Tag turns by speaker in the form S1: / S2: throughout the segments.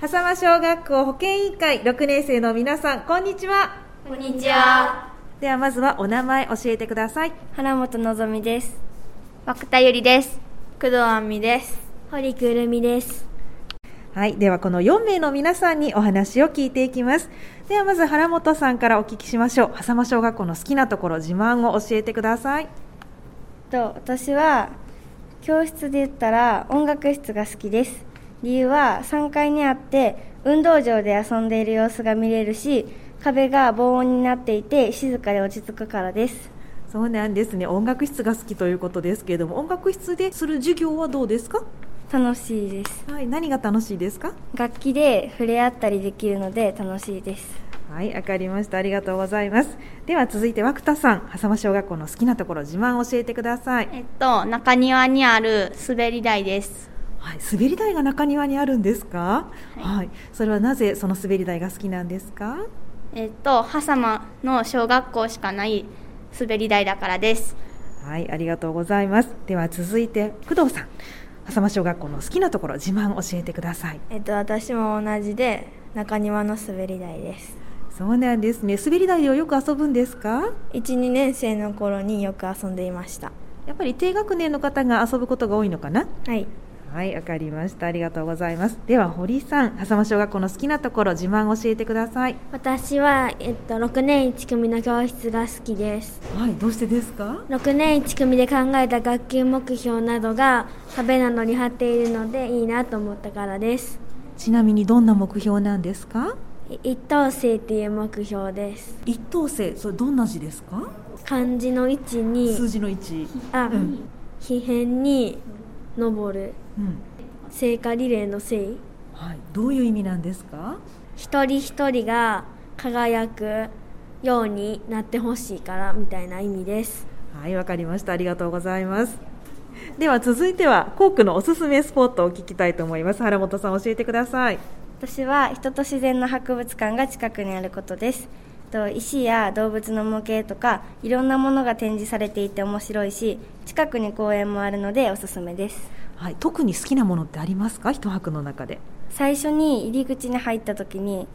S1: 狭間小学校保健委員会6年生の皆さんこんにちは
S2: こんにちは。
S1: ではまずはお名前教えてください
S2: 原本のぞみです。涌田ゆりです。工藤あみです。堀くるみです。
S1: はいではこの4名の皆さんにお話を聞いていきますではまず原本さんからお聞きしましょう狭間小学校の好きなところ自慢を教えてください
S2: と私は教室で言ったら音楽室が好きです。理由は3階にあって運動場で遊んでいる様子が見れるし、壁が防音になっていて静かで落ち着くからです。
S1: そうなんですね音楽室が好きということですけれども音楽室でする授業はどうですか
S2: 楽しいです。
S1: はい何が楽しいですか
S2: 楽器で触れ合ったりできるので楽しいです。
S1: はいわかりましたありがとうございますでは続いて涌田さん狭間小学校の好きなところ自慢を教えてください
S3: えっと、中庭にある滑り台です。
S1: はい、滑り台が中庭にあるんですか、はいそれはなぜその滑り台が好きなんですか
S3: えっと、狭間の小学校しかない滑り台だからです。
S1: はいありがとうございますでは続いて工藤さん浅間小学校の好きなところ自慢教えてください
S2: えっと、私も同じで中庭の滑り台です
S1: そうなんですね滑り台ではよく遊ぶんですか
S2: 12年生の頃によく遊んでいました
S1: やっぱり低学年の方が遊ぶことが多いのかな
S2: はい
S1: はいわかりましたありがとうございますでは堀さん浅間小学校の好きなところ自慢教えてください
S2: 私は、えっと、6年1組の教室が好きです
S1: はいどうしてですか
S2: 6年1組で考えた学級目標などが壁などに貼っているのでいいなと思ったからです
S1: ちなみにどんな目標なんですか
S2: い一等生っていう目標です
S1: 一等星それどんな字ですか
S2: 漢字の位置に
S1: 字の1
S2: あ、
S1: ん
S2: 非辺に登る
S1: うん
S2: 聖火リレーの聖
S1: はい、どういう意味なんですか
S2: 一人一人が輝くようになってほしいからみたいな意味です
S1: はい、わかりました。ありがとうございます。では続いては、コークのおすすめスポットを聞きたいと思います。原本さん、教えてください。
S2: 私は人と自然の博物館が近くにあることですと石や動物の模型とかいろんなものが展示されていて面白いし近くに公園もあるのでおすすめです
S1: はい、特に好きなものってありますか一泊の中で。
S2: 最初に入り口に入った時に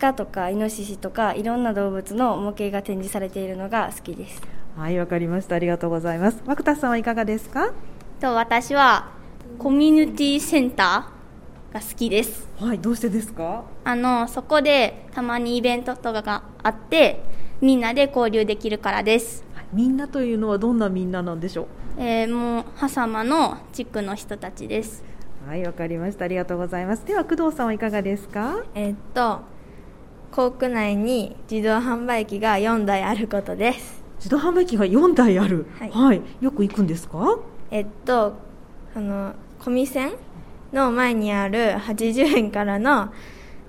S2: 鹿とかイノシシとかいろんな動物の模型が展示されているのが好きです
S1: はい、わかりました。ありがとうございます。涌田さんはいかがですか
S3: えっと、私はコミュニティセンターが好きです。
S1: はい、どうしてですか
S3: あの、そこでたまにイベントとかがあって、みんなで交流できるからです。
S1: みんなというのはどんなみんななんでしょ
S3: えー、もう、狭間の地区の人たちです。
S1: うはい、わかりました。ありがとうございます。では、工藤さんはいかがですか
S2: えっと校区内に自動販売機が4台あることです
S1: 自動販売機が4台ある。
S2: はい
S1: はい、よく行くんですか
S2: えっとあの小見線の前にある80円からの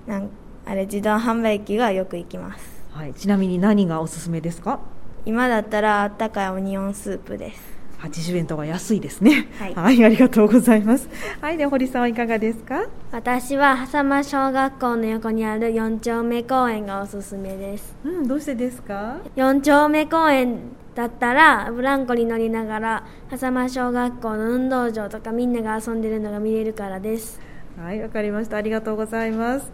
S2: なんあれ自動販売機がよく行きます
S1: はい、ちなみに何がおすすめですか
S2: 今だったらあったかいオニオンスープです
S1: 80円とは安いですね。
S2: はい
S1: ありがとうございます。はい、では堀さんはいかがですか。
S2: 私は狭間小学校の横にある4丁目公園がおすすめです
S1: うん、どうしてですか。
S2: 4丁目公園だったらブランコに乗りながら狭間小学校の運動場とかみんなが遊んでるのが見れるからです
S1: はい、わかりました。ありがとうございます。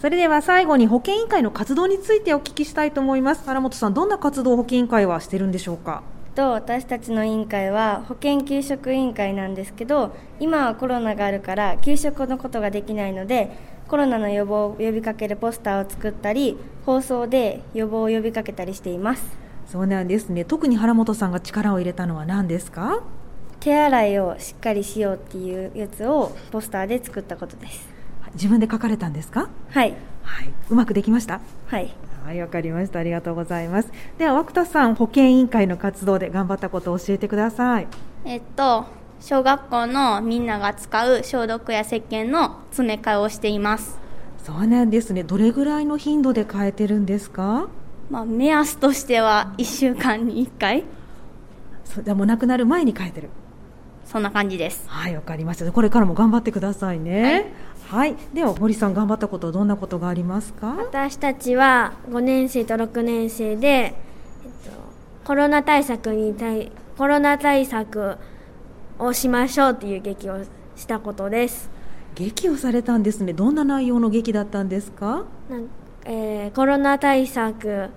S1: それでは最後に保健委員会の活動についてお聞きしたいと思います。原本さん、どんな活動を保健委員会はしてるんでしょうか。
S2: と私たちの委員会は保健給食委員会なんですけど今はコロナがあるから給食のことができないのでコロナの予防を呼びかけるポスターを作ったり放送で予防を呼びかけたりしています
S1: そうなんですね。特に原本さんが力を入れたのは何ですか。
S2: 手洗いをしっかりしようっていうやつをポスターで作ったことです
S1: 自分で書かれたんですか。
S2: はい
S1: はい、うまくできました。
S2: はい
S1: はい、わかりました。ありがとうございます。では、涌田さん、保健委員会の活動で頑張ったことを教えてください。
S3: えっと、小学校のみんなが使う消毒や石鹸の詰め替えをしています。
S1: そうなんですね。どれぐらいの頻度で変えてるんですか。
S3: まあ、目安としては1週間に1回、
S1: そじゃあもうなくなる前に変えてる。
S3: そんな感じです。
S1: はい、わかりました。これからも頑張ってくださいね。はい、では森さん頑張ったことはどんなことがありますか。
S4: 私たちは5年生と6年生で、えっと、コロナ対策に対コロナ対策をしましょうという劇をしたことです
S1: 劇をされたんですねどんな内容の劇だったんですか
S4: なんえーコロナ対策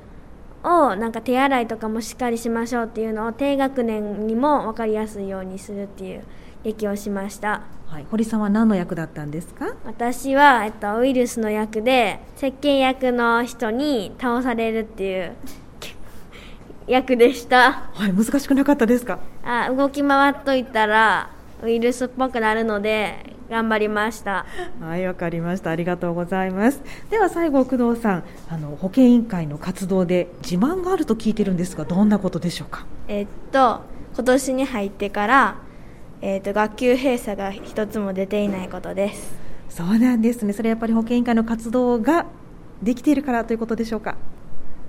S4: をなんか手洗いとかもしっかりしましょうっていうのを低学年にも分かりやすいようにするっていう劇をしました
S1: はい、堀さんは何の役だったんですか
S4: 私は、えっと、ウイルスの役で石鹸役の人に倒されるっていう 役でした
S1: はい難しくなかったですか
S4: あ動き回っといたらウイルスっぽくなるので頑張りました
S1: はいわかりましたありがとうございますでは最後工藤さんあの保健委員会の活動で自慢があると聞いてるんですがどんなことでしょうか
S2: えっと今年に入ってから、えっと学級閉鎖が一つも出ていないことです
S1: そうなんですねそれはやっぱり保健委員会の活動ができているからということでしょうか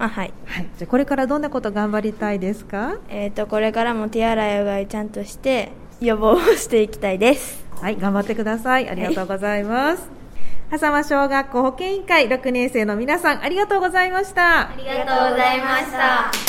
S2: あはい
S1: はいじゃあこれからどんなこと頑張りたいですか
S2: えっとこれからも手洗いうがいちゃんとして予防をしていきたいです
S1: はい、頑張ってください。ありがとうございます。狭間小学校保健委員会6年生の皆さん、ありがとうございました。
S4: ありがとうございました